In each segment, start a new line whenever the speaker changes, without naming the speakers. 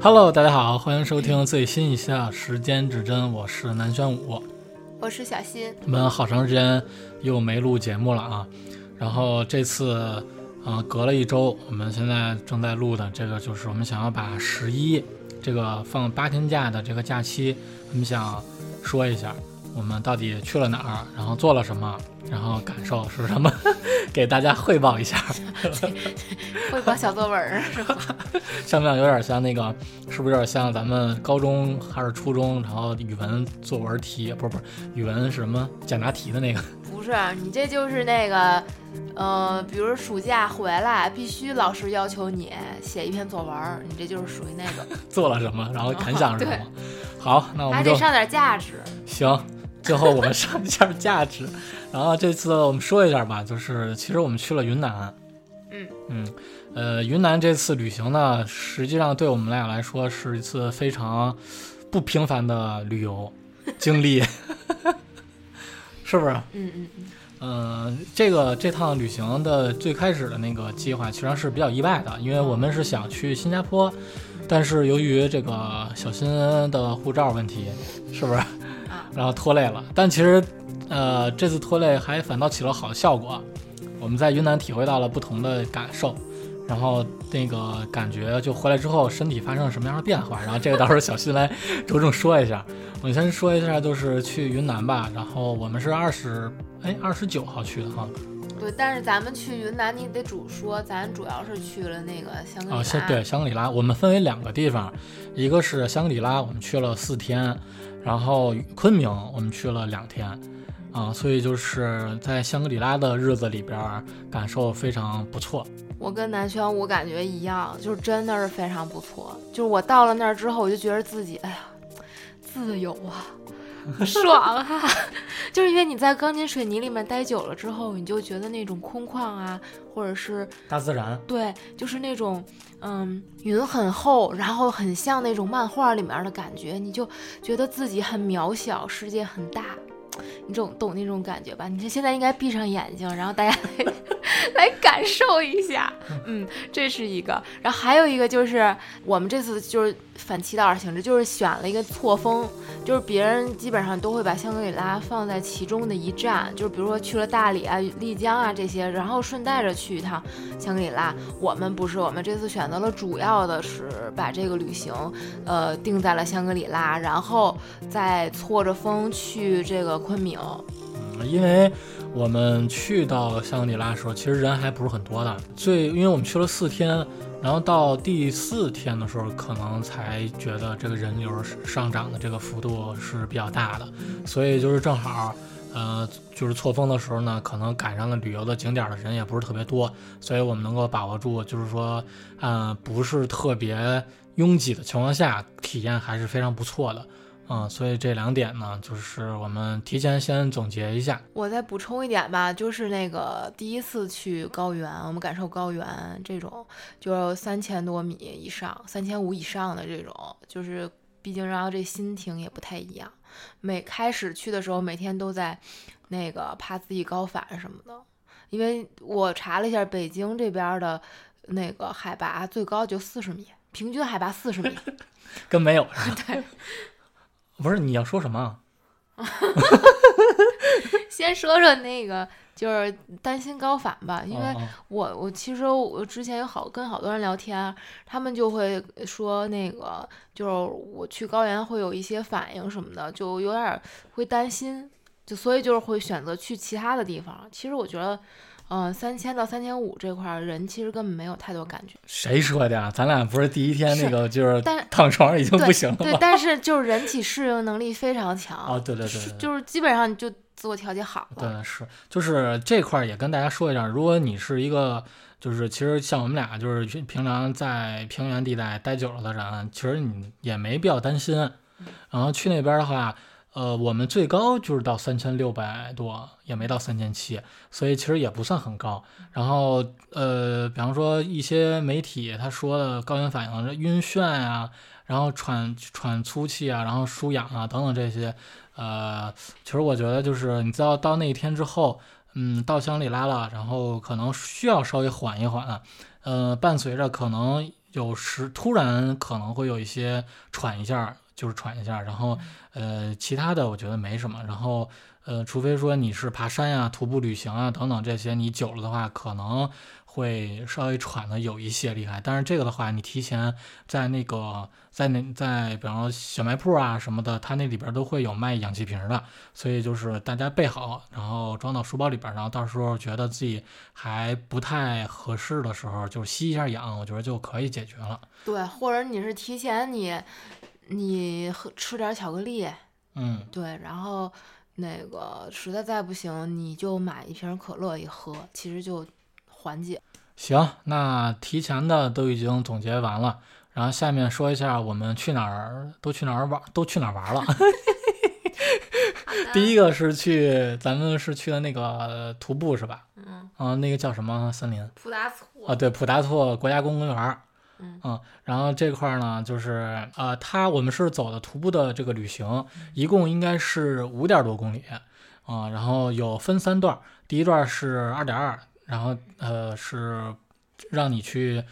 Hello，大家好，欢迎收听最新一期的《时间指针》，我是南玄武。
我是小新，
我们好长时间又没录节目了啊，然后这次啊、呃隔了一周，我们现在正在录的这个就是我们想要把十一这个放八天假的这个假期，我们想说一下我们到底去了哪儿，然后做了什么，然后感受是什么， 给大家汇报一下。
汇报小作文儿是吧？
像不像有点像那个？是不是有点像咱们高中还是初中，然后语文作文题？不是不是，语文是什么简答题的那个？
不是，啊你这就是那个，呃，比如暑假回来，必须老师要求你写一篇作文儿，你这就是属于那种，
做了什么，然后感想是什
哦
么。好，那我
还
们
得
就
上点 价值。
行。最后我们 上一下价值，然后这次我们说一下吧，就是其实我们去了云南，
嗯
嗯，呃，云南这次旅行呢，实际上对我们俩来说是一次非常不平凡的旅游经历， 是不是？
嗯嗯嗯，
呃，这个这趟旅行的最开始的那个计划，其实上是比较意外的，因为我们是想去新加坡，但是由于这个小新的护照问题，是不是？然后拖累了。但其实，呃，这次拖累还反倒起了好效果。我们在云南体会到了不同的感受，然后那个感觉就回来之后身体发生了什么样的变化，然后这个到时候小新来着重说一下。我先说一下，就是去云南吧，然后我们是二十哎二十九号去的哈，
对，但是咱们去云南，你得主说，咱主要是去了那个香格里
啊，香
拉。
对香格里拉，我们分为两个地方，一个是香格里拉，我们去了四天，然后昆明我们去了两天，啊，所以就是在香格里拉的日子里边儿，感受非常不错。
我跟南轩，我感觉一样，就是真的是非常不错。就是我到了那儿之后，我就觉得自己，哎呀，自由啊， 爽啊！ 就是因为你在钢筋水泥里面待久了之后，你就觉得那种空旷啊，或者是
大自然，
对，就是那种，嗯，云很厚，然后很像那种漫画里面的感觉，你就觉得自己很渺小，世界很大，你懂懂那种感觉吧？你这现在应该闭上眼睛，然后大家来 来感受一下，嗯，这是一个。然后还有一个就是我们这次就是反其道而行之，就是选了一个错峰，就是别人基本上都会把香格里拉放在其中的一站，就是比如说去了大理啊、丽江啊这些，然后顺带着去一趟香格里拉。我们不是，我们这次选择了主要的是把这个旅行，呃，定在了香格里拉，然后再搓着风去这个昆明。
嗯，因为我们去到香格里拉的时候，其实人还不是很多的，最因为我们去了四天，然后到第四天的时候，可能才觉得这个人流是上涨的这个幅度是比较大的，所以就是正好。呃，就是错峰的时候呢，可能赶上了旅游的景点的人也不是特别多，所以我们能够把握住，就是说，呃，不是特别拥挤的情况下，体验还是非常不错的。嗯，所以这两点呢，就是我们提前先总结一下。
我再补充一点吧，就是那个第一次去高原，我们感受高原这种，就三千多米以上、三千五以上的这种，就是毕竟然后这心情也不太一样。每开始去的时候，每天都在那个怕自己高反什么的，因为我查了一下北京这边的那个海拔最高就四十米，平均海拔四十米。
跟没有似的。
对，
不是你要说什么？啊
先说说那个就是担心高反吧，因为
哦哦
我我其实我之前有好跟好多人聊天，啊他们就会说那个就是我去高原会有一些反应什么的，就有点儿会担心，就所以就是会选择去其他的地方。其实我觉得，嗯、三千到三千五这块儿人其实根本没有太 多感觉，
谁说的呀？咱俩不是第一天那个就是
但是
躺床上已经
对
不行了
对
吗，？
但是就是人体适应能力非常强，
啊，对对对
是
对对。
就是基本上你就自我调节好了。
对，是，就是这块儿也跟大家说一下，如果你是一个，就是其实像我们俩，就是平平常在平原地带待久了的人，其实你也没必要担心。然后去那边的话，呃，我们最高就是到三千六百多，也没到三千七，所以其实也不算很高。然后呃，比方说一些媒体他说的高原反应、晕眩啊，然后喘喘粗气啊，然后舒痒啊等等这些，呃，其实我觉得就是你知道到那一天之后，嗯，到啊香格里拉了，然后可能需要稍微缓一缓，呃，伴随着可能。有时突然可能会有一些喘一下，就是喘一下，然后呃，其他的我觉得没什么。然后呃，除非说你是爬山呀、徒步旅行啊等等这些，你久了的话，可能会稍微喘的有一些厉害。但是这个的话，你提前在那个在那在比方说小卖铺啊什么的，它那里边都会有卖氧气瓶的，所以就是大家备好，然后装到书包里边，然后到时候觉得自己还不太合适的时候，就吸一下氧，我觉得就可以解决了。
对，或者你是提前你你喝吃点巧克力，
嗯，
对，然后那个实在再不行，你就买一瓶可乐一喝，其实就缓解。
行，那提前的都已经总结完了，然后下面说一下我们去哪儿都去哪儿玩，都去哪儿玩了。 第一个是去咱们是去的那个徒步是吧？
嗯，
啊、那个叫什么森林？
普达措
啊，对，普达措国家公园儿。
嗯
然后这块儿呢，就是呃，它我们是走的徒步的这个旅行，一共应该是五点多公里啊、然后有分三段儿，第一段儿是二点二，然后呃是让你去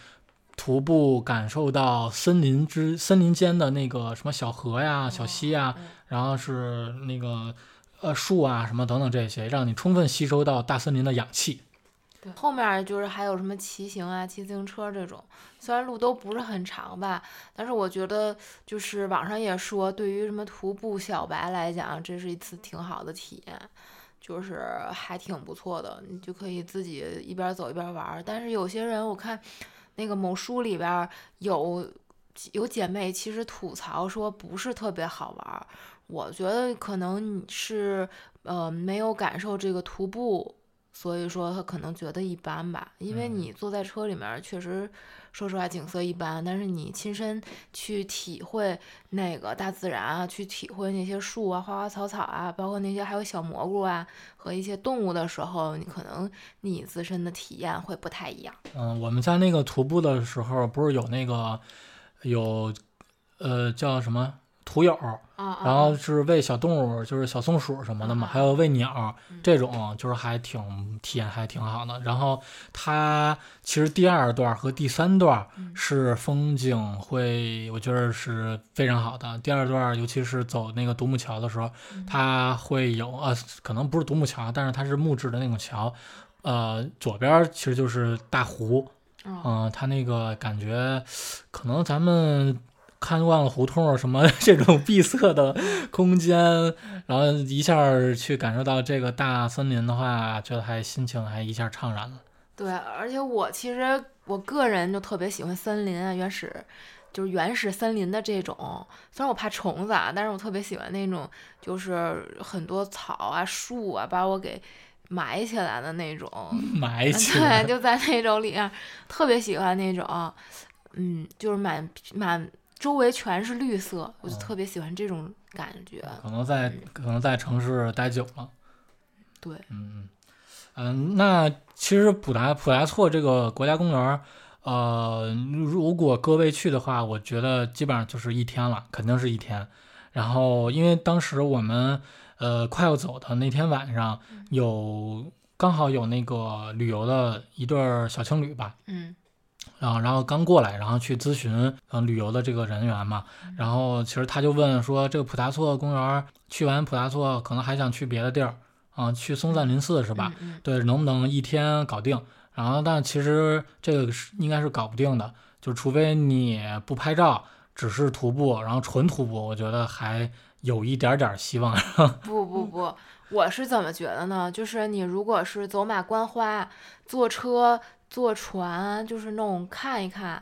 徒步感受到森林之森林间的那个什么小河呀、啊小溪呀，
嗯
然后是那个呃树啊什么等等这些，让你充分吸收到大森林的氧气。
对，后面就是还有什么骑行啊、骑自行车这种，虽然路都不是很长吧，但是我觉得就是网上也说，对于什么徒步小白来讲，这是一次挺好的体验，就是还挺不错的，你就可以自己一边走一边玩儿。但是有些人我看那个某书里边儿有有姐妹其实吐槽说不是特别好玩儿，我觉得可能你是呃没有感受这个徒步。所以说他可能觉得一般吧，因为
嗯
你坐在车里面儿确实，说实话景色一般，但是你亲身去体会那个大自然啊，去体会那些树啊、花花草草啊，包括那些还有小蘑菇啊和一些动物的时候，你可能你自身的体验会不太一样。
嗯，我们在那个徒步的时候，不是有那个有呃叫什么徒友，
啊啊！
然后是喂小动物，就是小松鼠什么的嘛，
啊啊
还有喂鸟这种，就是还挺体验还挺好的。然后它其实第二段和第三段是风景会，我觉得是非常好的。第二段尤其是走那个独木桥的时候，它会有呃，可能不是独木桥，但是它是木质的那种桥，呃，左边其实就是大湖，
嗯
嗯、它那个感觉， 可能咱们看惯了胡同儿什么这种闭塞的空间，然后一下儿去感受到这个大森林的话，觉得还心情还一下畅然了。
对，而且我其实我个人就特别喜欢森林啊，原始就是原始森林的这种。虽然我怕虫子啊，但是我特别喜欢那种就是很多草啊、树啊，把我给埋起来的那种。
埋起
对，
来，
就在那种里面，特别喜欢那种，嗯，就是满满周围全是绿色，我
哦
就特别喜欢这种感觉。
可能在可能在城市待久了。
对，
嗯嗯嗯，那其实普达普达措这个国家公园儿，呃，如果各位去的话，我觉得基本上就是一天了，肯定是一天。然后因为当时我们呃快要走的那天晚上，有刚好有那个旅游的一对儿小情侣吧，
嗯，
然后然后刚过来，然后去咨询嗯、呃旅游的这个人员嘛，然后其实他就问说，这个普达措公园儿去完普达措，可能还想去别的地儿啊、去松赞林寺是
是
吧？？
嗯
对，能不能一天搞定？然后但其实这个是应该是搞不定的，就除非你不拍照，只是徒步，然后纯徒步，我觉得还有一点点儿希望。
不不不，我是怎么觉得呢？就是你如果是走马观花，坐车、坐船，就是那种看一看，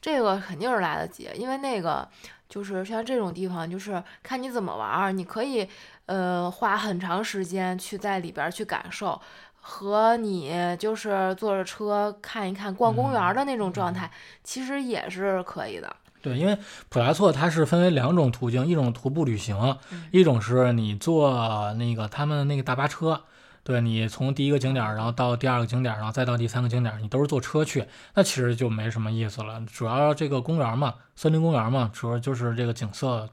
这个肯定是来得及，因为那个就是像这种地方，就是看你怎么玩儿，你可以呃花很长时间去在里边儿去感受。和你就是坐着车看一看、逛公园儿的那种状态，其实也是可以的。
对，因为普达措它是分为两种途径，一种徒步旅行，
嗯
一种是你坐那个他们那个大巴车。对你从第一个景点儿，然后到第二个景点儿，然后再到第三个景点儿，你都是坐车去，那其实就没什么意思了。主要这个公园儿嘛，森林公园儿嘛，主要就是这个景色，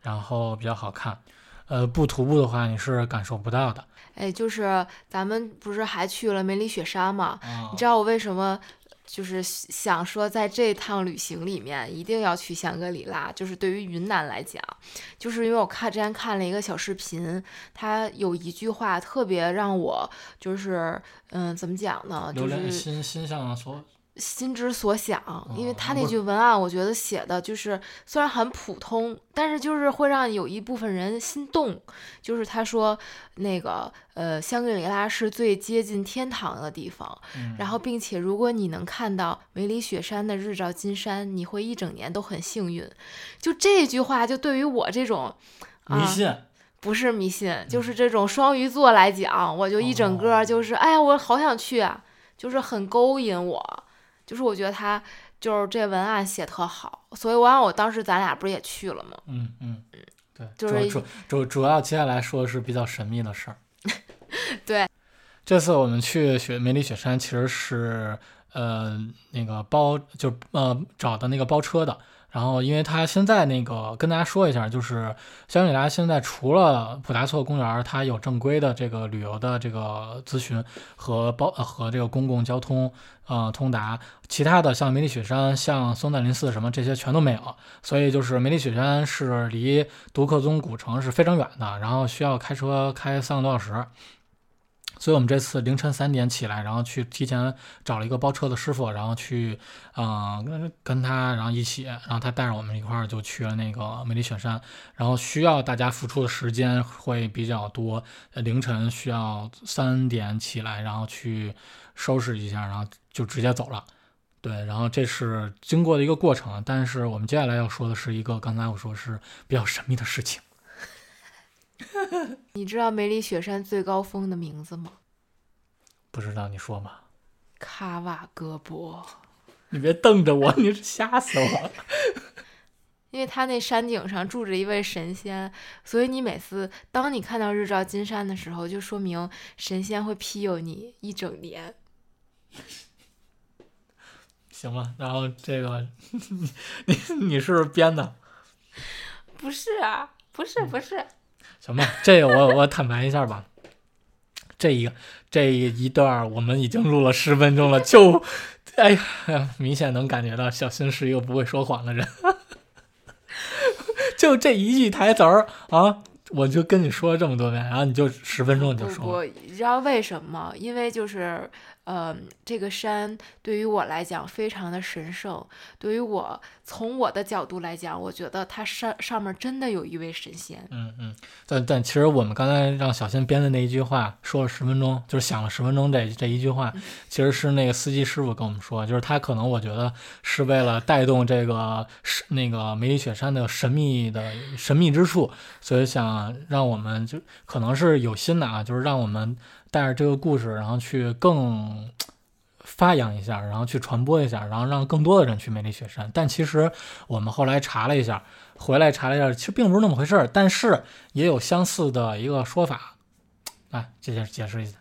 然后比较好看。呃，不徒步的话，你是感受不到的。
哎，就是咱们不是还去了梅里雪山吗？
啊
你知道我为什么就是想说，在这趟旅行里面一定要去香格里拉。就是对于云南来讲，就是因为我看之前看了一个小视频，它有一句话特别让我就是嗯，怎么讲呢？
流
就
连
是
心心向所
心之所想，因为
哦
他
不
那
是
句文案，我觉得写的就是虽然很普通，但是就是会让有一部分人心动。就是他说那个呃，香格里拉是最接近天堂的地方，
嗯
然后并且如果你能看到梅里雪山的日照金山，你会一整年都很幸运。就这句话，就对于我这种。啊
嗯迷信。
不是迷信，就是这种双鱼座来讲，我就一整个儿就是，哎呀，我好想去啊，就是很勾引我，就是我觉得他就是这文案写特好，所以完我当时咱俩不是也去了吗？
嗯嗯，对，
就
主
是
主主主要接下来说的是比较神秘的事儿。
对，
这次我们去雪梅里雪山其实是呃那个包就呃找的那个包车的。然后，因为它现在那个跟大家说一下，就是香格里拉现在除了普达措公园，它有正规的这个旅游的这个咨询和包呃和这个公共交通呃通达，其他的像梅里雪山、像松赞林寺什么这些全都没有。所以就是梅里雪山是离独克宗古城是非常远的，然后需要开车开三个多小时。所以我们这次凌晨三点起来，然后去提前找了一个包车的师傅，然后去，嗯、跟跟他，然后一起，然后他带着我们一块儿就去了那个梅里雪山，然后需要大家付出的时间会比较多，呃凌晨需要三点起来，然后去收拾一下，然后就直接走了。对，然后这是经过的一个过程，但是我们接下来要说的是一个刚才我说是比较神秘的事情。
你知道梅里雪山最高峰的名字吗？
不知道你说吗？
卡瓦戈博，
你别瞪着我，你是吓死我了。
因为它那山顶上住着一位神仙，所以你每次当你看到日照金山的时候，就说明神仙会庇佑你一整年。
行吧，然后这个 你你是编的，
不是啊，不是
嗯
不是，
行吧？这个我我坦白一下吧，这一个这一段儿我们已经录了十分钟了，就哎呀，明显能感觉到小新是一个不会说谎的人。 就这一句台词儿啊，我就跟你说了这么多遍，然后你就十分钟你就
不
说完了。
不，你知道为什么吗？因为就是，呃，这个山对于我来讲非常的神圣。对于我，从我的角度来讲，我觉得它上上面真的有一位神仙。
嗯嗯，但但其实我们刚才让小新编的那一句话，说了十分钟，就是想了十分钟这这一句话，其实是那个司机师傅跟我们说，就是他可能我觉得是为了带动这个是那个梅里雪山的神秘的神秘之处，所以想让我们就可能是有心的啊，就是让我们带着这个故事，然后去更。发扬一下，然后去传播一下，然后让更多的人去梅里雪山。但其实我们后来查了一下，回来查了一下，其实并不是那么回事儿，但是也有相似的一个说法。哎，这件事解释一下。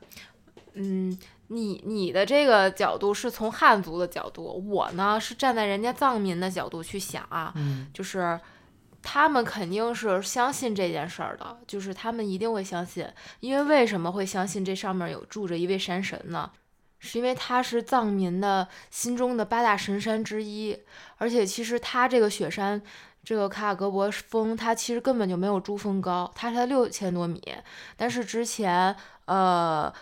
嗯，你你的这个角度是从汉族的角度，我呢是站在人家藏民的角度去想啊。
嗯，
就是他们肯定是相信这件事儿的，就是他们一定会相信，因为为什么会相信这上面有住着一位山神呢？是因为他是藏民的心中的八大神山之一，而且其实他这个雪山，这个卡尔格博峰，它其实根本就没有珠峰高，它才六千多米。但是之前，呃，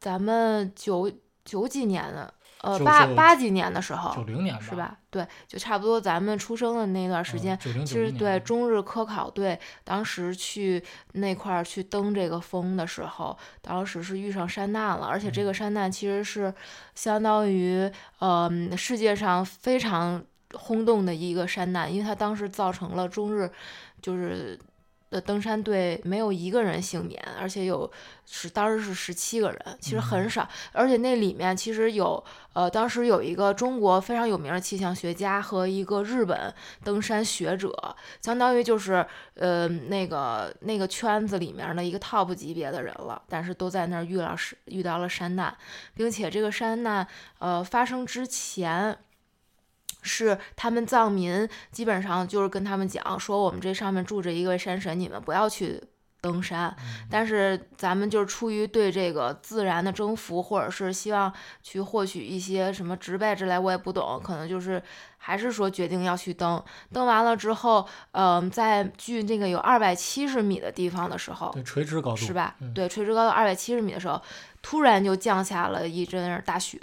咱们九九几年的，呃
九
八
九
八几年的时候，
九零年嗯
是？吧？对，就差不多咱们出生的那段时间，
九零
其
九
实
一年。
对中日科考队当时去那块儿去登这个峰的时候，当时是遇上山难了，而且这
嗯
个山难其实是相当于呃世界上非常轰动的一个山难，因为它当时造成了中日就是。的登山队没有一个人幸免，而且有是当时是十七个人，其实
嗯
很少，而且那里面其实有呃，当时有一个中国非常有名的气象学家和一个日本登山学者，相当于就是呃那个那个圈子里面的一个 top 级别的人了，但是都在那儿遇到是遇到了山难，并且这个山难呃发生之前。是他们藏民基本上就是跟他们讲说，我们这上面住着一个山神，你们不要去登山，但是咱们就是出于对这个自然的征服，或者是希望去获取一些什么植被之类，我也不懂，可能就是还是说决定要去登。登完了之后，嗯、在距那个有二百七十米的地方的时候，
对，垂直高度
是？吧
嗯？
对，垂直高度二百七十米的时候，突然就降下了一阵大雪。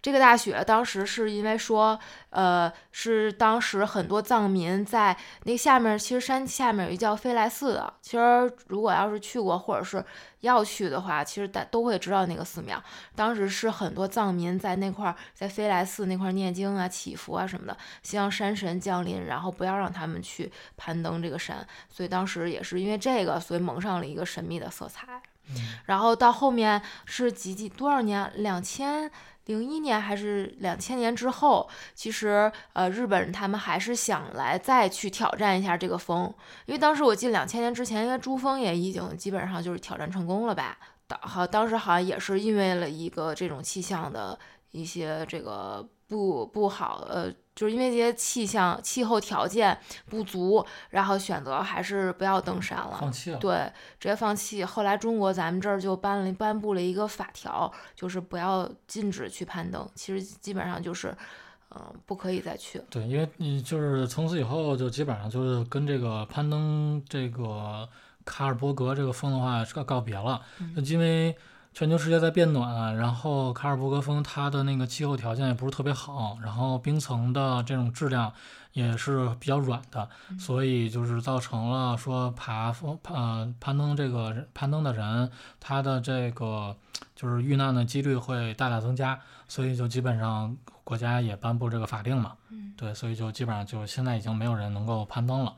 这个大雪当时是因为说，呃，是当时很多藏民在那下面，其实山下面有一叫飞来寺的。其实如果要是去过或者是要去的话，其实大都会知道那个寺庙。当时是很多藏民在那块儿，在飞来寺那块儿念经啊、祈福啊什么的，希望山神降临，然后不要让他们去攀登这个山。所以当时也是因为这个，所以蒙上了一个神秘的色彩。
嗯
然后到后面是几几多少年？两千零一年还是两千年之后？其实呃，日本人他们还是想来再去挑战一下这个峰，因为当时我记得两千年之前，应该珠峰也已经基本上就是挑战成功了吧？当好当时好像也是因为了一个这种气象的一些这个不不好呃。就是因为这些气象、气候条件不足，然后选择还是不要登山了，
放弃了。
对，直接放弃。后来中国咱们这儿就颁了颁布了一个法条，就是不要禁止去攀登。其实基本上就是，嗯、不可以再去了。
对，因为你就是从此以后就基本上就是跟这个攀登这个卡尔伯格这个峰的话是告告别了，就因为全球世界在变暖，然后卡尔伯格峰它的那个气候条件也不是特别好，然后冰层的这种质量也是比较软的，所以就是造成了说爬峰呃攀登这个人攀登的人他的这个就是遇难的几率会大大增加，所以就基本上国家也颁布这个法令嘛。
嗯，
对，所以就基本上就现在已经没有人能够攀登了，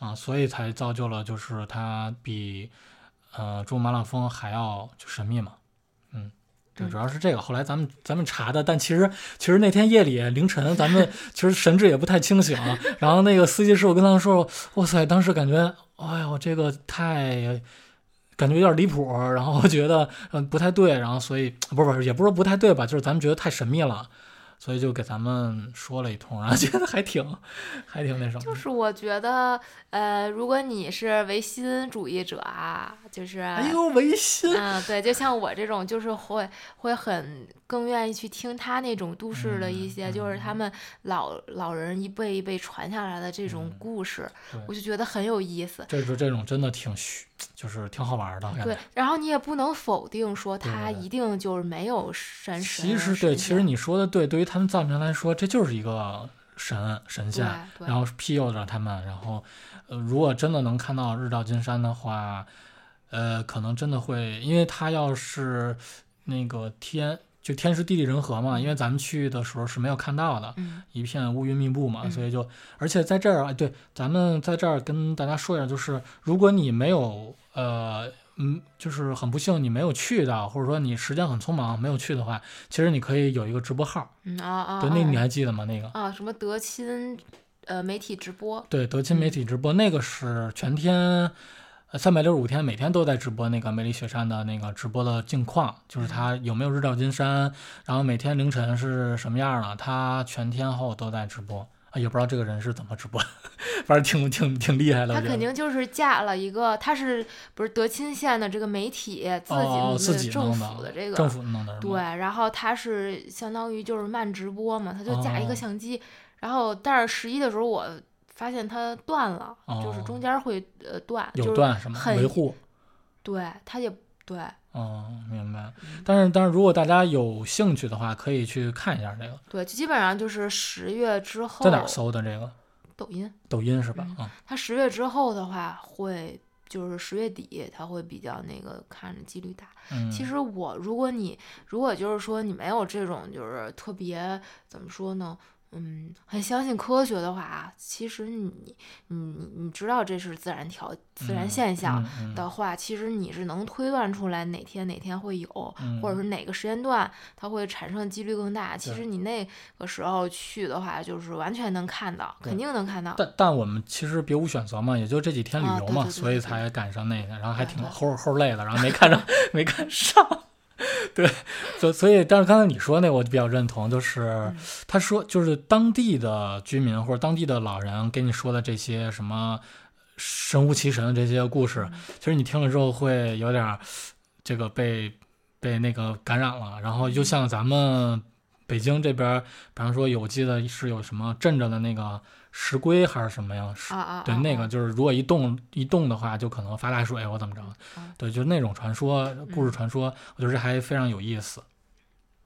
啊，所以才造就了就是它比呃珠穆朗玛峰还要就神秘嘛，嗯，这
嗯
主要是这个。后来咱们咱们查的，但其实其实那天夜里凌晨，咱们其实神志也不太清醒啊，然后那个司机师傅跟他们说，哇塞，当时感觉，哎呦，这个太。感觉有点离谱，然后觉得嗯不太对，然后所以不是不是也不是说不太对吧，就是咱们觉得太神秘了，所以就给咱们说了一通，然后觉得还挺，还挺那什么的。
就是我觉得，呃，如果你是唯心主义者啊，就是。
哎呦，违心！
嗯，对，就像我这种，就是会会很更愿意去听他那种都市的一些，
嗯
就是他们老老人一辈一辈传下来的这种
嗯
故事，
对
我就觉得很有意思。
这是这种真的挺虚，就是挺好玩的感
对
觉。，
然后你也不能否定说
对对
他
对
一定就是没有山神啊。
其实对，
神
其实
仙
你说的对，对于他们藏人来说，这就是一个神神仙，
对
然后庇佑着他们。然后，呃，如果真的能看到日照金山的话，呃，可能真的会，因为它要是那个天。就天时地利人和嘛，因为咱们去的时候是没有看到的，
嗯
一片乌云密布嘛，
嗯
所以就，而且在这儿啊，对，咱们在这儿跟大家说一下，就是如果你没有呃，嗯，就是很不幸你没有去到，或者说你时间很匆忙没有去的话，其实你可以有一个直播号，
嗯啊啊，
对，
啊
那你还记得吗？那个
啊什么德钦呃媒体直播，
对，德钦媒体直播，那个是全天。呃三百六十五天，每天都在直播那个梅里雪山的那个直播的近况，就是它有没有日照金山，然后每天凌晨是什么样了，它全天候都在直播啊，也不知道这个人是怎么直播，反正挺挺挺厉害的。我
他
觉
肯
得
定就是架了一个，他是不是德钦县的这个媒体自己
哦
弄
自
的
己
政
弄
府的这个
政府弄的是
对，
吗，
然后他是相当于就是慢直播嘛，他就架一
哦
个相机，然后但是十一的时候我发现它断了，就是
哦
中间会呃断，就
有
是
段什么
很
维护。
对，它也对。
哦，明白。但是，但是如果大家有兴趣的话，可以去看一下这个，
对，就基本上就是十月之后，
在哪儿搜的这个？
抖音，
抖音是吧？啊、
它十月之后的话会。就是十月底，它会比较那个看着几率大。
嗯，
其实我，如果你如果就是说你没有这种就是特别怎么说呢，嗯，很相信科学的话啊，其实你你你你知道这是自然条自然
嗯
现象
嗯嗯
的话，其实你是能推断出来哪天哪天会有，
嗯
或者是哪个时间段它会产生的几率更大。其
对
实你那个时候去的话，就是完全能看到，
对
肯定能看到。
但但我们其实别无选择嘛，也就这几天旅
啊
游
对
嘛，
对对
所以
对对
才赶上那个，然后还
对
挺
对
齁齁累的，然后没看上，没看上。对，所所以，但是刚才你说那我就比较认同，就是
嗯
他说就是当地的居民或者当地的老人给你说的这些什么呃神乎其神的这些故事，
嗯
其实你听了之后会有点儿这个被被那个感染了。然后就像咱们北京这边儿，比方说有记得是有什么镇着的那个石龟还是什么呀？石
啊啊，
对，
啊
那
啊
个就是如果一动一动的话，就可能发大水或怎么着
啊。
对，就是那种传说故事传说，我觉得还非常有意思。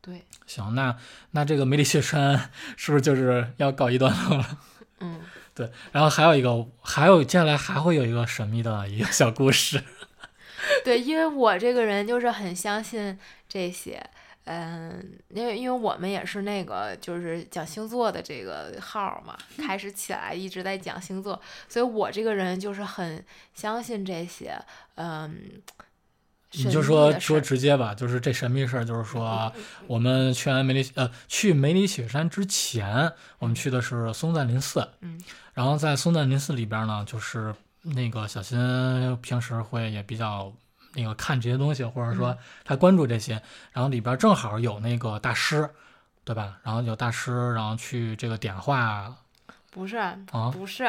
对，
行，那那这个梅里雪山是不是就是要告一段落了？
嗯，
对，然后还有一个，还有接下来还会有一个神秘的一个小故事。
对，因为我这个人就是很相信这些，嗯，因为因为我们也是那个就是讲星座的这个号儿嘛，开始起来一直在讲星座，所以我这个人就是很相信这些，嗯，
你
神
就
秘
说
的事嗯
说
儿
直接吧，就是这神秘事儿，就是说啊我们去完梅里呃去梅里雪山之前，我们去的是松赞林寺，
嗯，
然后在松赞林寺里边呢，就是那个小新平时会也比较那个看这些东西，或者
嗯
说他关注这些，然后里边正好有那个大师，对吧？然后有大师，然后去这个点化
不是，
啊
不是，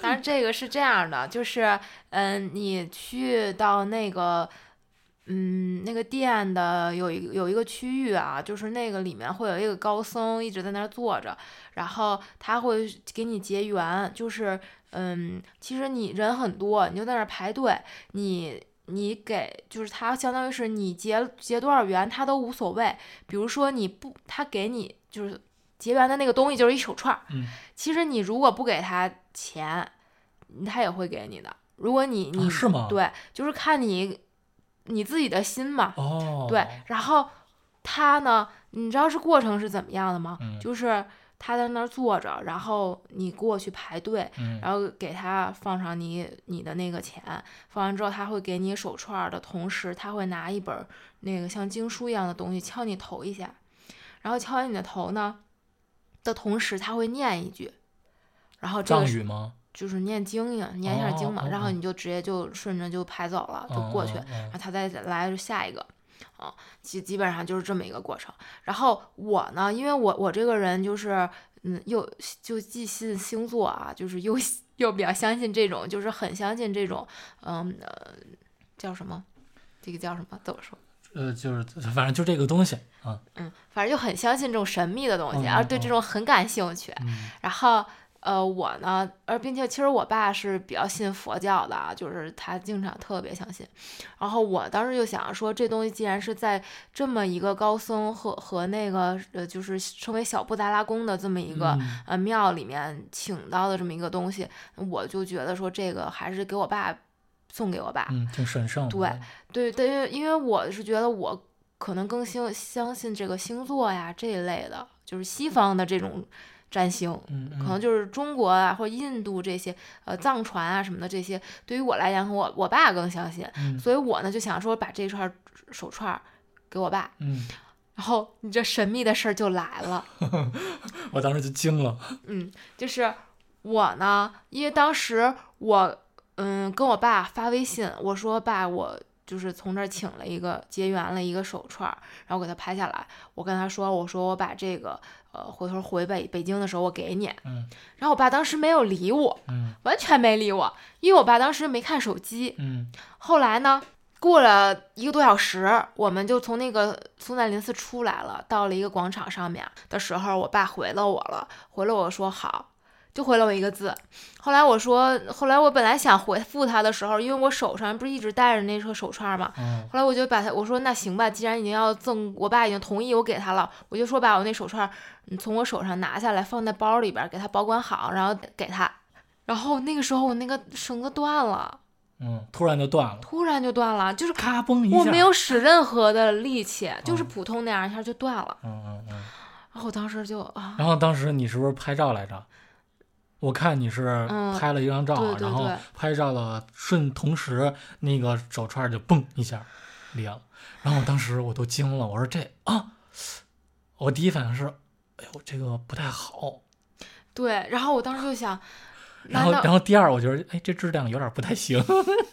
当然这个是这样的， 就是嗯，你去到那个。嗯，那个店的有一有一个区域啊，就是那个里面会有一个高僧一直在那儿坐着，然后他会给你结缘，就是嗯，其实你人很多，你就在那儿排队，你你给就是他相当于是你结结多少缘他都无所谓，比如说你不他给你就是结缘的那个东西就是一手串儿，
嗯
其实你如果不给他钱，他也会给你的。如果你你、
啊是吗
对，就是看你你自己的心嘛。
哦，
对，然后他呢，你知道是过程是怎么样的吗？
嗯
就是他在那儿坐着，然后你过去排队，
嗯，
然后给他放上你你的那个钱，放完之后他会给你手串儿的同时，他会拿一本儿那个像经书一样的东西敲你头一下，然后敲完你的头呢的同时，他会念一句，然后这
藏
个是
语吗？
就是念经呀，念一下经嘛，
哦哦
然后
哦
你就直接就顺着就排走了，就过去，
嗯嗯
然后他再来下一个，啊，基基本上就是这么一个过程。然后我呢，因为我我这个人就是，嗯，又就既信星座啊，就是又又比较相信这种，就是很相信这种，嗯呃，叫什么？这个叫什么？怎么说？
嗯呃，就是反正就这个东西啊，
嗯，反正就很相信这种神秘的东西，
嗯
然后对
嗯
这种很感兴趣。
嗯
然后呃，我呢，呃，并且其实我爸是比较信佛教的啊，就是他经常特别相信。然后我当时就想说，这东西既然是在这么一个高僧和和那个呃，就是称为小布达拉宫的这么一个。
嗯
呃，庙里面请到的这么一个东西，我就觉得说这个还是给我爸送给我爸，
嗯挺神圣的，
对对对，因为因为我是觉得我可能更相相信这个星座呀这一类的，就是西方的这种占星，
嗯，嗯
可能就是中国啊或者印度这些呃藏传啊什么的这些，对于我来讲，我我爸更相信，
嗯
所以我呢就想说把这串儿手串儿给我爸，
嗯，
然后你这神秘的事儿就来了。
我当时就惊 了，
嗯，就是我呢，因为当时我嗯跟我爸发微信，我说爸，我就是从这儿请了一个结缘了一个手串儿，然后给他拍下来。我跟他说，我说我把这个呃回头回北北京的时候我给你。
嗯
然后我爸当时没有理我，
嗯
完全没理我，因为我爸当时没看手机。
嗯
后来呢，过了一个多小时，我们就从那个松赞林寺出来了，到了一个广场上面的时候，我爸回了我了，回了我说好。就回了我一个字，后来我说，后来我本来想回复他的时候，因为我手上不是一直戴着那个手串嘛，
嗯
后来我就把他我说那行吧，既然已经要赠，我爸已经同意我给他了，我就说把我那手串儿嗯从我手上拿下来，放在包里边儿，给他保管好，然后给他。然后那个时候我那个绳子断了，
嗯，突然就断了，
突然就断了，就是
咔嘣一下，
我没，有使任何的力气，就是普通那样一下就断了。
嗯嗯嗯。
然后我当时就啊，
然后当时你是不是拍照来着？我看你是
嗯
拍了一张照，啊
对对
然后
对
拍照了，顺同时那个手串就嘣一下裂了，然后我当时我都惊了，我说这啊，我第一反应是，哎呦这个不太好，
对，然后我当时就想，
然
难
后然
道
后第二我觉得哎这质量有点不太行，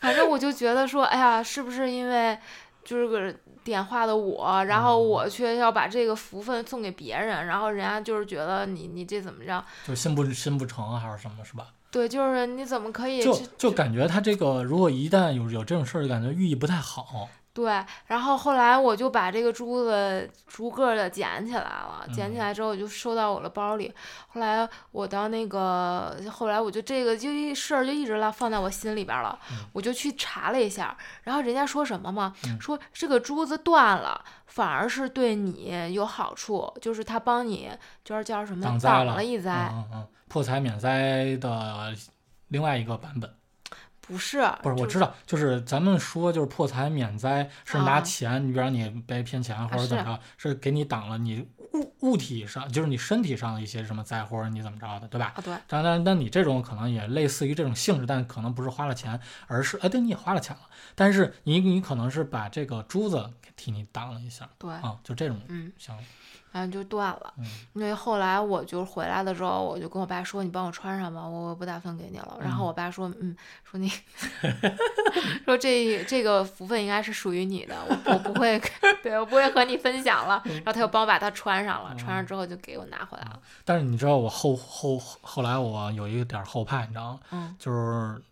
反正我就觉得说，哎呀，是不是因为就是个点化的我，然后
嗯
我却要把这个福分送给别人，然后人家就是觉得你你这怎么着？
啊就是心不心不诚还是什么是吧？
对，就是你怎么可以
就
去
就感觉他这个如果一旦有有这种事儿，就感觉寓意不太好。
对，然后后来我就把这个珠子逐个的捡起来了，捡
嗯
起来之后我就收到我的包里。后来我到那个，后来我就这个就一事儿就一直拉放在我心里边了，
嗯
我就去查了一下，然后人家说什么嘛，
嗯
说这个珠子断了，反而是对你有好处，就是它帮你就是叫什么
挡灾
挡
了
一灾，
嗯嗯嗯，破财免灾的另外一个版本，
不是
不是
就
我知道，就是咱们说就是破财免灾是
啊
拿钱，你比方你被骗钱或者
是
怎么着，是给你挡了你物物体上，就是你身体上的一些什么灾或者你怎么着的，对吧？
啊，对，
当然，但你这种可能也类似于这种性质，但可能不是花了钱，而是哎，对，你也花了钱了，但是你你可能是把这个珠子给替你挡了一下
对，
啊，就这种
嗯。
想法，
然后就断了
嗯。
因为后来我就回来了之后，我就跟我爸说：“你帮我穿上吧，我我不打算给你了。”然后我爸说：“嗯，说你，说这这个福分应该是属于你的，我我不会， 对我不会和你分享了。”
嗯
然后他又帮我把它穿上了，穿上之后就给我拿回来了。
但是你知道我后后后来我有一点儿后怕，你知道吗？
嗯
就是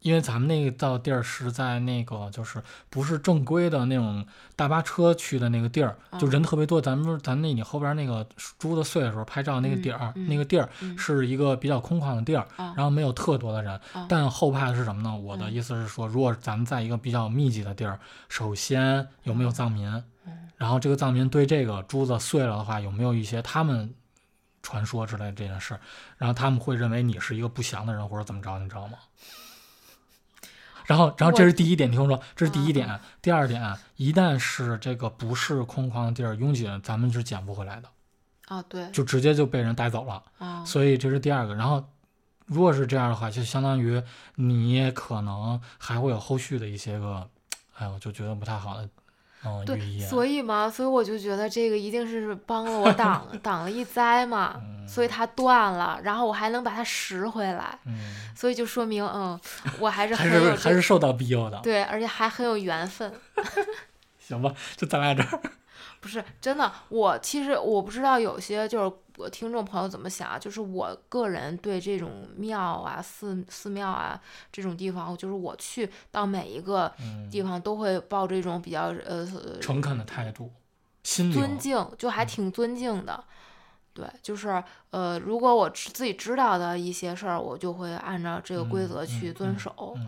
因为咱们那个到地儿是在那个就是不是正规的那种大巴车去的那个地儿，就
嗯
人特别多。咱们咱们那你后边那个猪的碎的时候拍照那个点儿，
嗯嗯
那个地儿
嗯
是一个比较空旷的地儿，
啊
然后没有特多的人。
啊
但后怕的是什么呢？我的
嗯
意思是说，如果咱们在一个比较密集的地儿，首先有没有藏民，
嗯
然后这个藏民对这个珠子碎了的话，有没有一些他们传说之类的这件事儿？然后他们会认为你是一个不祥的人或者怎么着，你知道吗？然后，然后这
我
是第一点，你听我说，这是第一
嗯
点。第二点，一旦是这个不是空旷的地儿拥挤，咱们是捡不回来的，
啊，对
就直接就被人带走了。
啊，
所以这是第二个。然后，如果是这样的话，就相当于你可能还会有后续的一些个，哎，我就觉得不太好的，嗯、寓意
对，
啊。
所以嘛，所以我就觉得这个一定是帮了我 挡挡了一灾嘛，所以它断了，然后我还能把它拾回来。
嗯。
所以就说明，嗯，我还是
还
很
是
有
还
这
是受到庇佑的，
对，而且还很有缘分。
行吧？就咱俩这儿，
不是真的，我其实我不知道有些就是我听众朋友怎么想啊，就是我个人对这种庙啊、寺寺庙啊这种地方，就是我去到每一个
嗯，
地方都会抱这种比较呃
诚恳的态度，心灵
尊敬，就
嗯
还挺尊敬的。对，就是呃，如果我知自己知道的一些事儿，我就会按照这个规
嗯
则
嗯
去遵
嗯
守。
嗯，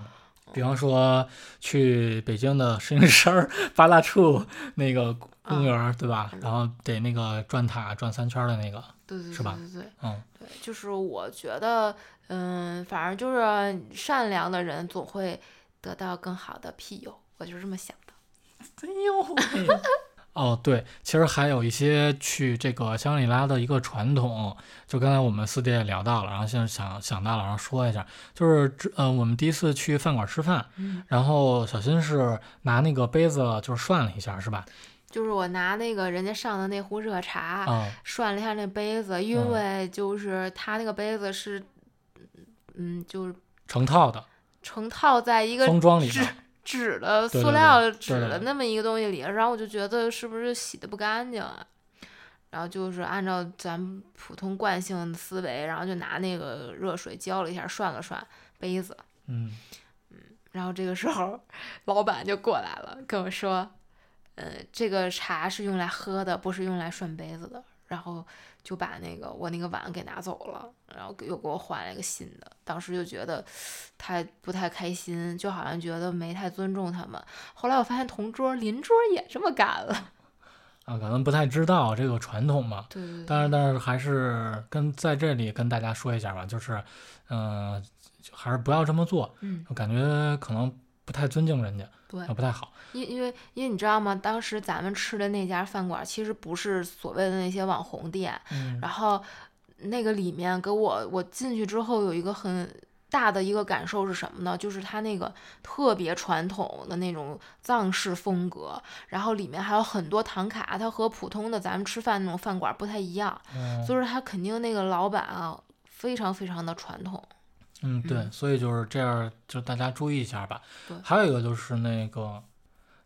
比方说去北京的石景山儿八大处那个公
嗯
园儿，对吧？然后得那个转塔转三圈儿的那个，
对对
是吧
对对对，
嗯
对，就是我觉得，嗯，反正就是善良的人总会得到更好的庇佑，我就是这么想的。
哎 呦哦，对，其实还有一些去这个香格里拉的一个传统，就刚才我们私底下也聊到了，然后现在想想到了，然后说一下，就是之呃，我们第一次去饭馆吃饭，
嗯，
然后小新是拿那个杯子就是涮了一下，是吧？
就是我拿那个人家上的那壶热茶、
啊、
涮了一下那杯子，因
嗯
为就是他那个杯子是，嗯，就是
成套的
成套在一个
封装里
纸
的，
纸的
对
塑
对
料
对
纸
对
的
对
那么一个东西里，然后我就觉得是不是洗的不干净啊？然后就是按照咱们普通惯性的思维，然后就拿那个热水浇了一下，涮了涮杯子。
嗯，
然后这个时候，老板就过来了，跟我说：“呃，这个茶是用来喝的，不是用来涮杯子的。”然后就把那个我那个碗给拿走了，然后给又给我换了一个新的。当时就觉得他不太开心，就好像觉得没太尊重他们。后来我发现同桌、邻桌也这么干了。
啊，可能不太知道这个传统嘛。
对对对，
但是，但是还是跟在这里跟大家说一下吧，就是，嗯、就还是不要这么做，
嗯，
我感觉可能不太尊敬人家，
对
啊，不太好。
因因为因为你知道吗？当时咱们吃的那家饭馆其实不是所谓的那些网红店，
嗯，
然后那个里面给我我进去之后有一个很大的一个感受是什么呢？就是它那个特别传统的那种藏式风格，然后里面还有很多唐卡，它和普通的咱们吃饭那种饭馆不太一样，
嗯
就是它肯定那个老板啊非常非常的传统。
嗯，对，
嗯
所以就是这样，就大家注意一下吧
对。
还有一个就是那个，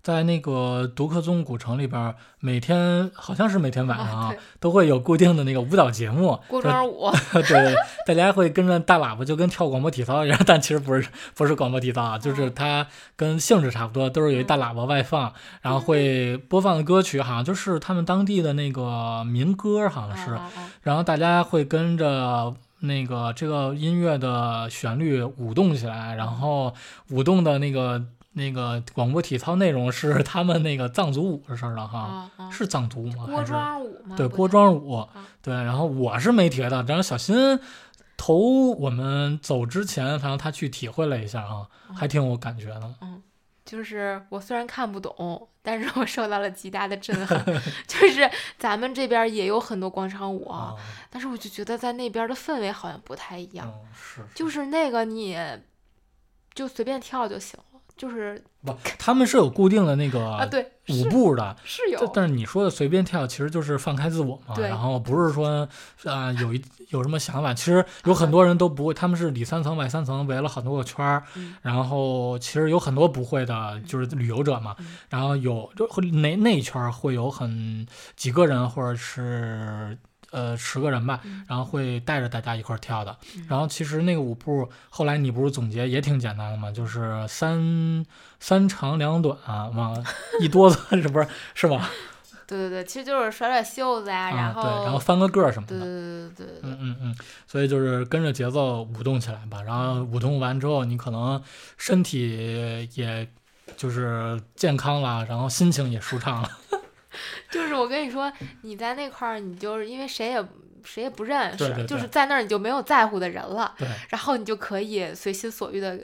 在那个独克宗古城里边儿，每天好像是每天晚上啊，
啊对
都会有固定的那个舞蹈节 目。
锅庄舞，
对对，大家会跟着大喇叭，就跟跳广播体操一样，但其实不是不是广播体操啊，
哦
就是它跟性质差不多，都是有一
嗯
大喇叭外放，然后会播放的歌曲好像就是他们当地的那个民歌，好像是。
啊啊啊
然后大家会跟着那个这个音乐的旋律舞动起来，然后舞动的那个那个广播体操内容是他们那个藏族舞的事儿了哈，
啊啊，
是藏族吗？
锅
还是
庄啊舞吗？
对
不
锅
太
庄舞，
嗯
对。然后我是没学的，然后小新头我们走之前，然后他去体会了一下
哦
啊，还挺有感觉的。
就是我虽然看不懂，但是我受到了极大的震 撼。就是咱们这边儿也有很多广场舞啊，但是我就觉得在那边儿的氛围好像不太一样，
嗯，是是
就是那个你就随便跳就行了，就是
不，他们是有固定的那
啊，
个
对，
舞
是
步的，
是有
但但是你说的随便跳，其实就是放开自我嘛。
对
然后不是说啊、有一有什么想法，其实有很多人都不会，他们是里三层外三层围了很多个圈儿，
嗯
然后其实有很多不会的，就是旅游者嘛。
嗯
然后有就会那那一圈儿会有很几个人或者是。呃，十个人吧
嗯，
然后会带着大家一块儿跳的。
嗯
然后其实那个舞步，后来你不是总结也挺简单的嘛，就是三三长两短、啊，往一哆嗦 是不是是吧？
对对对，其实就是甩甩袖子呀、
啊，
然后、
对，然后翻个个儿什么
对
的。
对对对对
嗯
对，
嗯嗯，所以就是跟着节奏舞动起来吧，然后舞动完之后，你可能身体也就是健康了，然后心情也舒畅了。
就是我跟你说，你在那块儿，你就是因为谁也谁也不认识，
对对
就是
对
在那儿你就没有在乎的人了，
对，
然后你就可以随心所欲的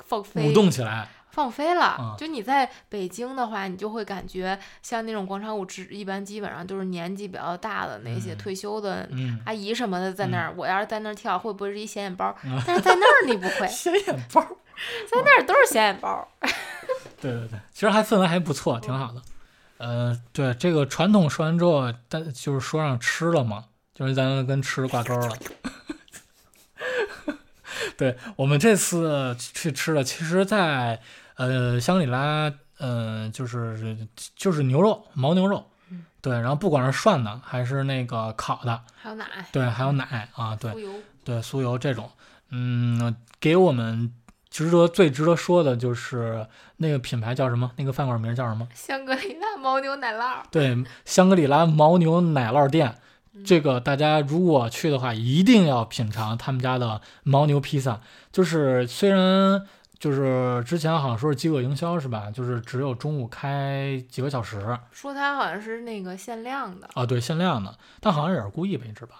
放飞
舞动起来，
放飞了。
啊
就你在北京的话，你就会感觉像那种广场舞之，只一般基本上都是年纪比较大的那些
嗯
退休的
嗯，
阿姨什么的在那儿。我要是在那儿跳，会不会是一显眼包？
啊，
但是在那儿你不会
显眼包儿。
在那儿都是显眼包。
对对对，其实还氛围还不错，挺好的。呃，对这个传统说完之后，但就是说上吃了嘛，就是咱跟吃挂钩了。 对我们这次去吃的，其实在，呃香格里拉，呃就是就是牛肉牦牛肉
嗯，
对，然后不管是涮的还是那个烤的，
还有奶、
对，还有奶啊，对
猪油，
对酥油这种，嗯，给我们值得最值得说的就是那个品牌叫什么？那个饭馆名叫什么？
香格里拉牦牛奶酪。
对，香格里拉牦牛奶酪店。
嗯
这个大家如果去的话，一定要品尝他们家的牦牛披萨。就是虽然就是之前好像说是饥饿营销是吧？就是只有中午开几个小时
说它好像是那个限量的，
啊，对，限量的，但好像也是故意为之吧？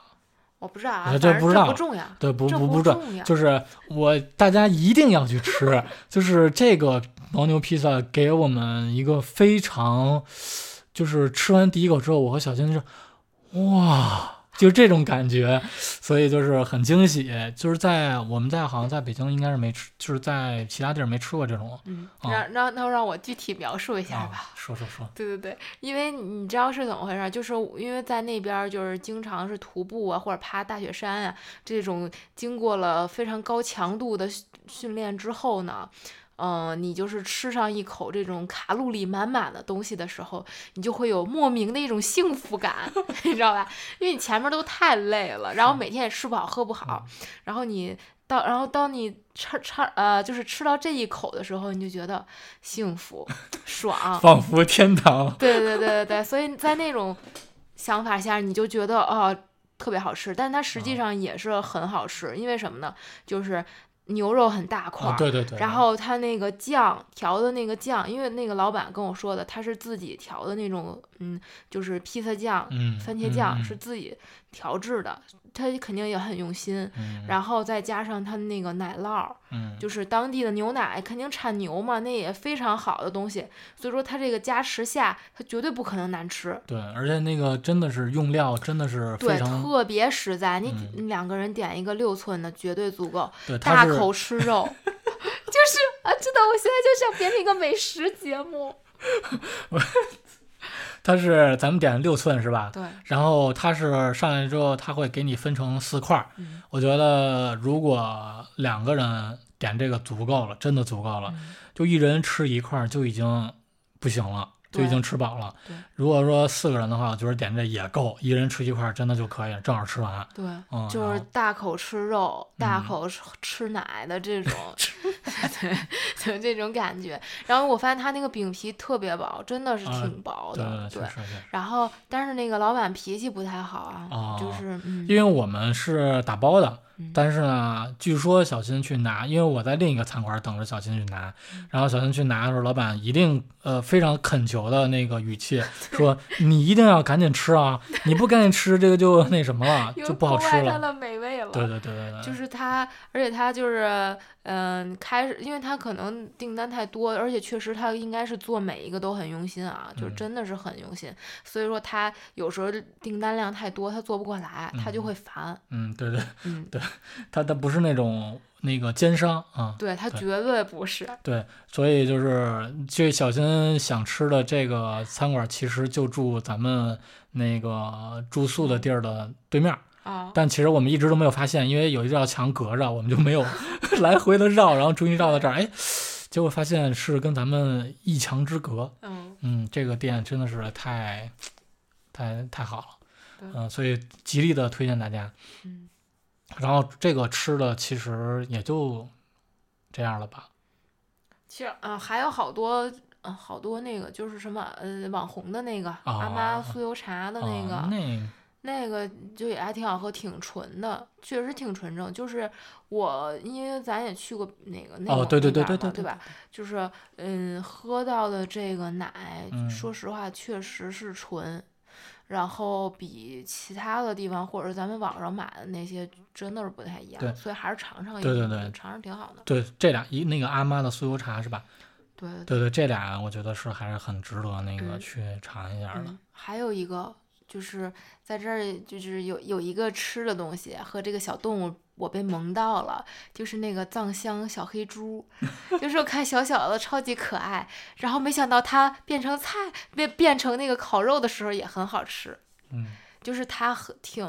我不知道啊，
呃这
反正
不知
这
道
不重要，
对，不
这
不不赚，
重要。
就是我大家一定要去 吃，就是这个牦牛披萨给我们一个非常，就是吃完第一口之后，我和小新就哇，就这种感觉，所以就是很惊喜，就是在我们在好像在北京应该是没吃，就是在其他地儿没吃过这种
嗯，
啊
让让那让我具体描述一下
啊
吧。，
说说说，
对对对，因为你知道是怎么回事儿，就是因为在那边儿就是经常是徒步啊，或者爬大雪山啊这种，经过了非常高强度的训训练之后呢，嗯、你就是吃上一口这种卡路里满满的东西的时候，你就会有莫名的一种幸福感， 你知道吧？因为你前面都太累了，然后每天也吃不好喝不好，然后你到然后当你吃吃呃就是吃到这一口的时候，你就觉得幸福爽。
仿佛天堂，
对对对对对，所以在那种想法下，你就觉得啊、特别好吃，但它实际
嗯
上也是很好吃，因为什么呢？就是牛肉很大块儿。
啊，对对对，
然后它那个酱调的那个酱，因为那个老板跟我说的，他是自己调的那种，嗯，就是披萨酱、
嗯，
番茄酱
嗯
是，自己调制的，他肯定也很用心。
嗯，
然后再加上他那个奶酪，
嗯，
就是当地的牛奶，肯定产牛嘛，那也非常好的东西，所以说它这个加持下，它绝对不可能难吃。
对，而且那个真的是用料真的是非
对，
常，
特别实在，你
嗯
你两个人点一个六寸的，绝对足够，
对，它
大
是
口吃肉。 就是啊，真的，我现在就想变成一个美食节目。
它是咱们点六寸是吧？
对，
然后它是上来之后，它会给你分成四块儿。
嗯
我觉得如果两
嗯
个人点这个足够了，真的足够了，就一人吃一块儿就已经不行了，就已经吃饱了
对对。
如果说四个人的话，我觉得点这也够，一人吃一块儿真的就可以了，正好吃完。
对，
嗯，
就
然
是
后
大口吃肉、大
嗯
口吃吃奶的这 种，对，就这种感觉。然后我发现他那个饼皮特别薄，真的是
啊
挺薄
对
的，
对对，
对
确实确实。
然后，但是那个老板脾气不太好啊，就
哦
是嗯
因为我们是打包的
嗯，
但是呢，据说小新去拿，因为我在另一个餐馆等着小新去拿，
嗯
然后小新去拿的时候，老板一定呃非常恳求的那个语 气说：“你一定要赶紧吃啊，你不赶紧吃这个就那什么了，
又
就不好
破
吃
坏它
了。
的美味”了。
对对对对对，
就是他，而且他就是，嗯、开始，因为他可能订单太多，而且确实他应该是做每一个都很用心啊，就
嗯
真的是很用心，所以说他有时候订单量太多，他做不过来，他就
嗯
会烦，
嗯，对对，
嗯，
他他不是那种那个奸商啊，
对他
对
绝对不是，
对，所以就是这小新想吃的这个餐馆，其实就住咱们那个住宿的地儿的对面儿。
啊，
但其实我们一直都没有发现，因为有一道墙隔着，我们就没有 来回的绕，然后终于绕到这儿，哎，结果发现是跟咱们一墙之隔。
嗯，
嗯，这个店真的是太，太太好了，
对
嗯、所以极力的推荐大家。
嗯，
然后这个吃的其实也就这样了吧，
其实，嗯、还有好多。嗯，好多那个就是什么，呃，网红的那个、阿
啊
妈酥油茶的那个，
啊那
那个就也还挺好喝，挺纯的，确实挺纯正。就是我，因为咱也去过那个那
哦对对对对
对
对对
吧？就是嗯，喝到的这个奶，
嗯
说实话确实是纯，然后比其他的地方或者咱们网上买的那些真的是不太一
对
样，所以还是尝尝也
对对对
尝尝挺好的。
对这俩一那个阿妈的酥油茶是吧？
对对对，
对对，这俩我觉得是还是很值得那个
嗯
去尝一下的。
嗯，还有一个就是在这儿，就是有有一个吃的东西和这个小动物，我被萌到了，就是那个藏香小黑猪， 就是我看小小的超级可爱，然后没想到它变成菜变变成那个烤肉的时候也很好吃，
嗯
就是它很挺。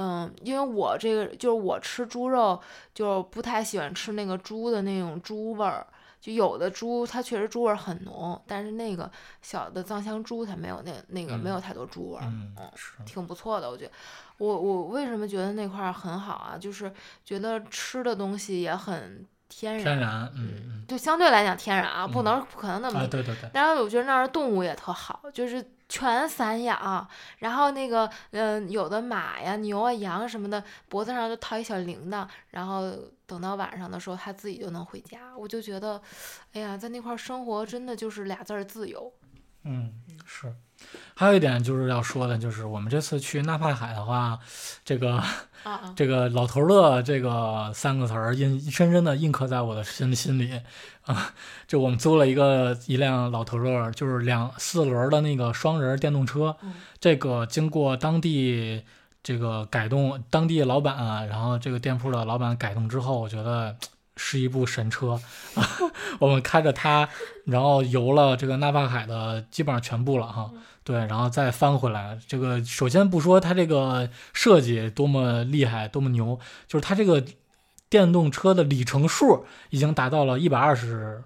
嗯，因为我这个就是我吃猪肉，就不太喜欢吃那个猪的那种猪味儿，就有的猪它确实猪味儿很浓，但是那个小的藏香猪它没有那那个没有太多猪味儿，
嗯，是，
挺不错的。我觉得，我我为什么觉得那块儿很好啊？就是觉得吃的东西也很天然，
天然，嗯
就相对来讲天然啊，不
嗯
能不可能那
嗯
么
啊，对对对，
当然，我觉得那儿的动物也特好，就是全散养，然后那个嗯、有的马呀、牛啊、羊什么的，脖子上就套一小铃铛，然后等到晚上的时候，它自己就能回家。我就觉得，哎呀，在那块儿生活真的就是俩字儿自由。
嗯是。还有一点就是要说的，就是我们这次去纳帕海的话，这个！
啊啊
这个老头乐这个三个词儿印深深的印刻在我的心心里啊。就我们租了一个一辆老头乐，就是两四轮儿的那个双人电动车，
嗯
这个经过当地这个改动，当地老板、啊，然后这个店铺的老板改动之后，我觉得是一部神车。啊 我们开着它，然后游了这个纳帕海的基本上全部了哈。
嗯
对，然后再翻回来，这个首先不说它这个设计多么厉害，多么牛，就是它这个电动车的里程数已经达到了一百二十，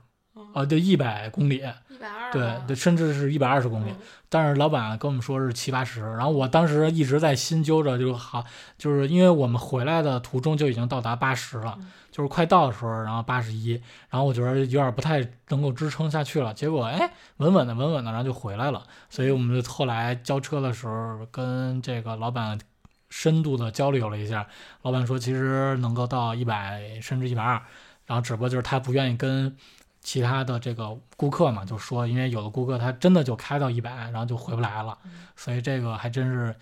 啊，对，一百公里，
一百二，啊
对对，甚至是一百二十公里
嗯。
但是老板跟我们说是七八十，然后我当时一直在心揪着，就好，就是因为我们回来的途中就已经到达八十了，就是快到的时候，然后八十一，然后我觉得有点不太能够支撑下去了，结果哎，稳稳的稳稳的，然后就回来了。所以我们就后来交车的时候跟这个老板。深度的交流了一下，老板说其实能够到一百甚至一百二，然后只不过就是他不愿意跟其他的这个顾客嘛，就说因为有的顾客他真的就开到一百，然后就回不来
嗯
了，所以这个还真是，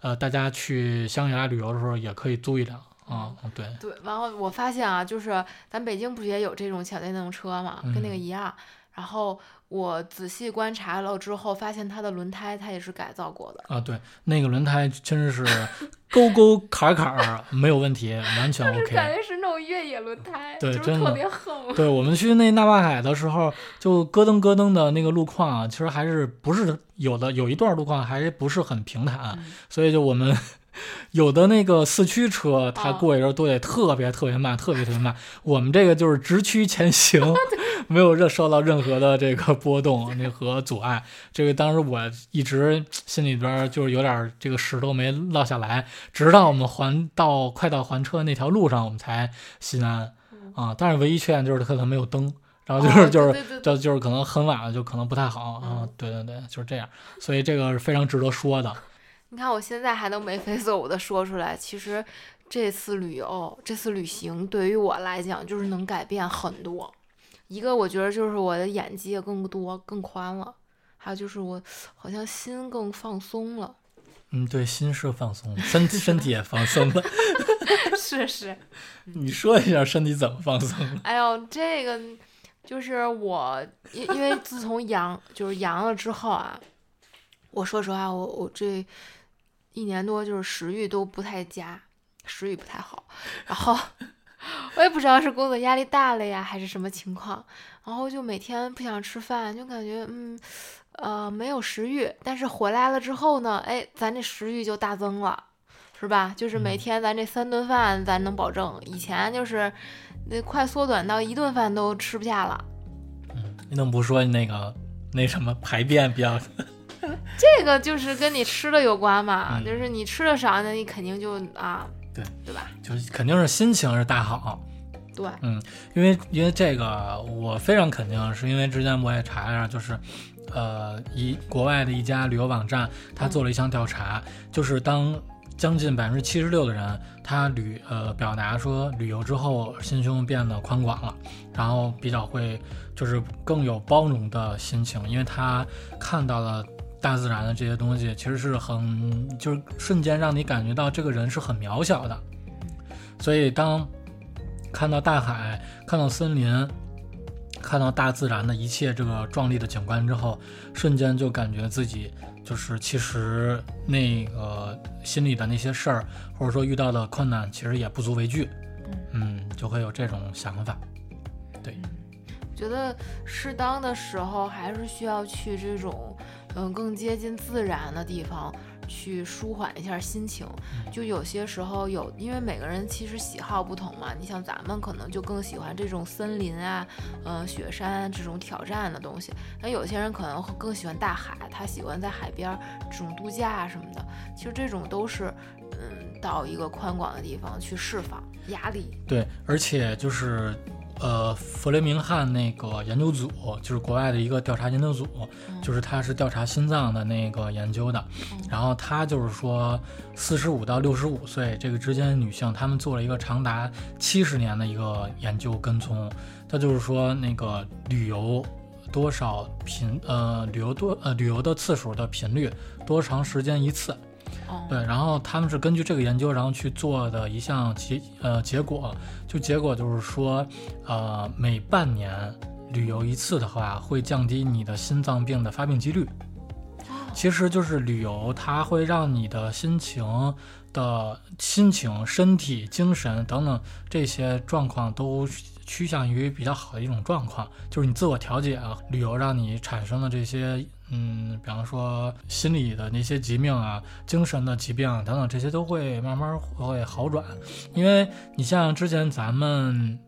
呃，大家去香格里拉旅游的时候也可以租一辆啊、对，
对，然后我发现啊，就是咱北京不是也有这种小电动车嘛，跟那个
嗯
一样。然后我仔细观察了之后，发现它的轮胎它也是改造过的。
啊对，那个轮胎真是 沟沟坎坎儿没有问题，完全
就是
OK。
感觉是那种越野轮胎，
对
就是
真
特
的
别横。
对我们去那纳帕海的时候，就咯噔咯噔的那个路况啊，其实还是不是有的有一段路况还不是很平坦，
嗯
所以就我们有的那个四驱车，它
啊
过一阵儿都得特别特别慢，特别特别慢。我们这个就是直驱前行，没有任受到任何的这个波动那和阻碍。这个当时我一直心里边儿就是有点儿这个石头没落下来，直到我们还到快到还车那条路上，我们才心安啊。但是唯一缺点就是它可能没有灯，然后 就是、
嗯哦
就是
对对对
就就是可能很晚了，就可能不太好啊
嗯。
对对对，就是这样，所以这个是非常值得说的。
你看我现在还能眉飞色舞的说出来，其实这次旅游，这次旅行对于我来讲就是能改变很多。一个我觉得就是我的眼界更多、更宽了，还有就是我好像心更放松了。
嗯，对，心是放松，身身体也放松了。
是是，嗯
你说一下身体怎么放松了？
哎呦，这个就是我，因因为自从阳就是阳了之后啊，我说实话，我我这一年多就是食欲都不太佳，食欲不太好，然后我也不知道是工作压力大了呀，还是什么情况，然后就每天不想吃饭，就感觉嗯。呃，没有食欲，但是回来了之后呢，哎，咱这食欲就大增了，是吧？就是每
嗯
天咱这三顿饭咱能保证，以前就是那快缩短到一顿饭都吃不下了。
嗯，你怎么不说那个那什么排便比较？
这个就是跟你吃的有关嘛，
嗯
就是你吃的少，那你肯定就啊，
对
对吧？
就是肯定是心情是大好，
对，
因为因为这个我非常肯定，是因为之前我也查了一下，就是。呃，一国外的一家旅游网站，他做了一项调查，就是当将近百分之七十六的人，他旅呃表达说旅游之后心胸变得宽广了，然后比较会就是更有包容的心情，因为他看到了。大自然的这些东西其实是很，就是瞬间让你感觉到这个人是很渺小的，所以当看到大海、看到森林、看到大自然的一切这个壮丽的景观之后，瞬间就感觉自己就是其实那个心里的那些事儿，或者说遇到的困难，其实也不足为惧。嗯，就会有这种想法。
我觉得适当的时候还是需要去这种嗯更接近自然的地方。去舒缓一下心情，就有些时候有，因为每个人其实喜好不同嘛。你像咱们可能就更喜欢这种森林啊，嗯、雪山啊这种挑战的东西。那有些人可能会更喜欢大海，他喜欢在海边儿这种度假啊什么的。其实这种都是，嗯，到一个宽广的地方去释放压力。
对，而且就是，呃，弗雷明汉那个研究组，就是国外的一个调查研究组，
嗯
就是他是调查心脏的那个研究的，
嗯
然后他就是说，四十五到六十五岁这个之间的女性，她们做了一个长达七十年的一个研究跟踪，他就是说那个旅游。多少频呃旅游多呃旅游的次数的频率多长时间一次？
哦，
对，然后他们是根据这个研究，然后去做的一项结呃结果，就结果就是说，呃，每半年旅游一次的话，会降低你的心脏病的发病几率。其实就是旅游，它会让你的心情的心情、身体、精神等等这些状况都趋向于比较好的一种状况，就是你自我调节啊。旅游让你产生的这些，嗯，比方说心理的那些疾病啊、精神的疾病啊等等，这些都会慢慢会好转。因为你像之前咱们。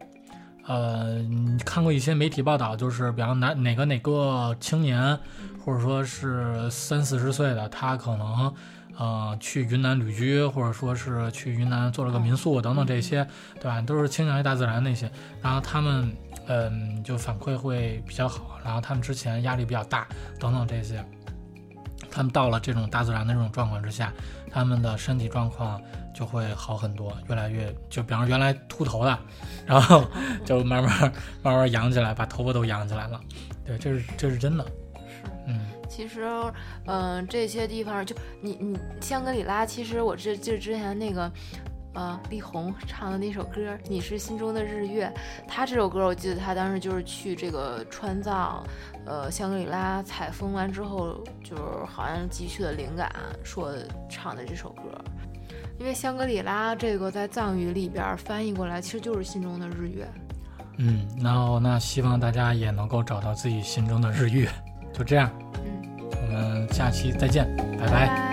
呃，你看过一些媒体报道，就是比方哪哪个哪个青年，或者说是三四十岁的，他可能，呃，去云南旅居，或者说是去云南做了个民宿等等这些，对吧？都是倾向于大自然那些。然后他们，嗯、就反馈会比较好。然后他们之前压力比较大，等等这些，他们到了这种大自然的这种状况之下，他们的身体状况就会好很多，越来越就比方说原来秃头的， 然后就慢慢慢慢扬起来，把头发都扬起来了。对，这是这是真的。嗯，
其实，嗯、这些地方就你你香格里拉，其实我这这之前那个。呃，力宏唱的那首歌《你是心中的日月》，他这首歌我记得他当时就是去这个川藏，呃，香格里拉采风完之后，就是好像汲取了灵感，说唱的这首歌。因为香格里拉这个在藏语里边翻译过来，其实就是心中的日月。
嗯，然后那希望大家也能够找到自己心中的日月。就这样，
嗯，
我们下期再见，拜拜
拜拜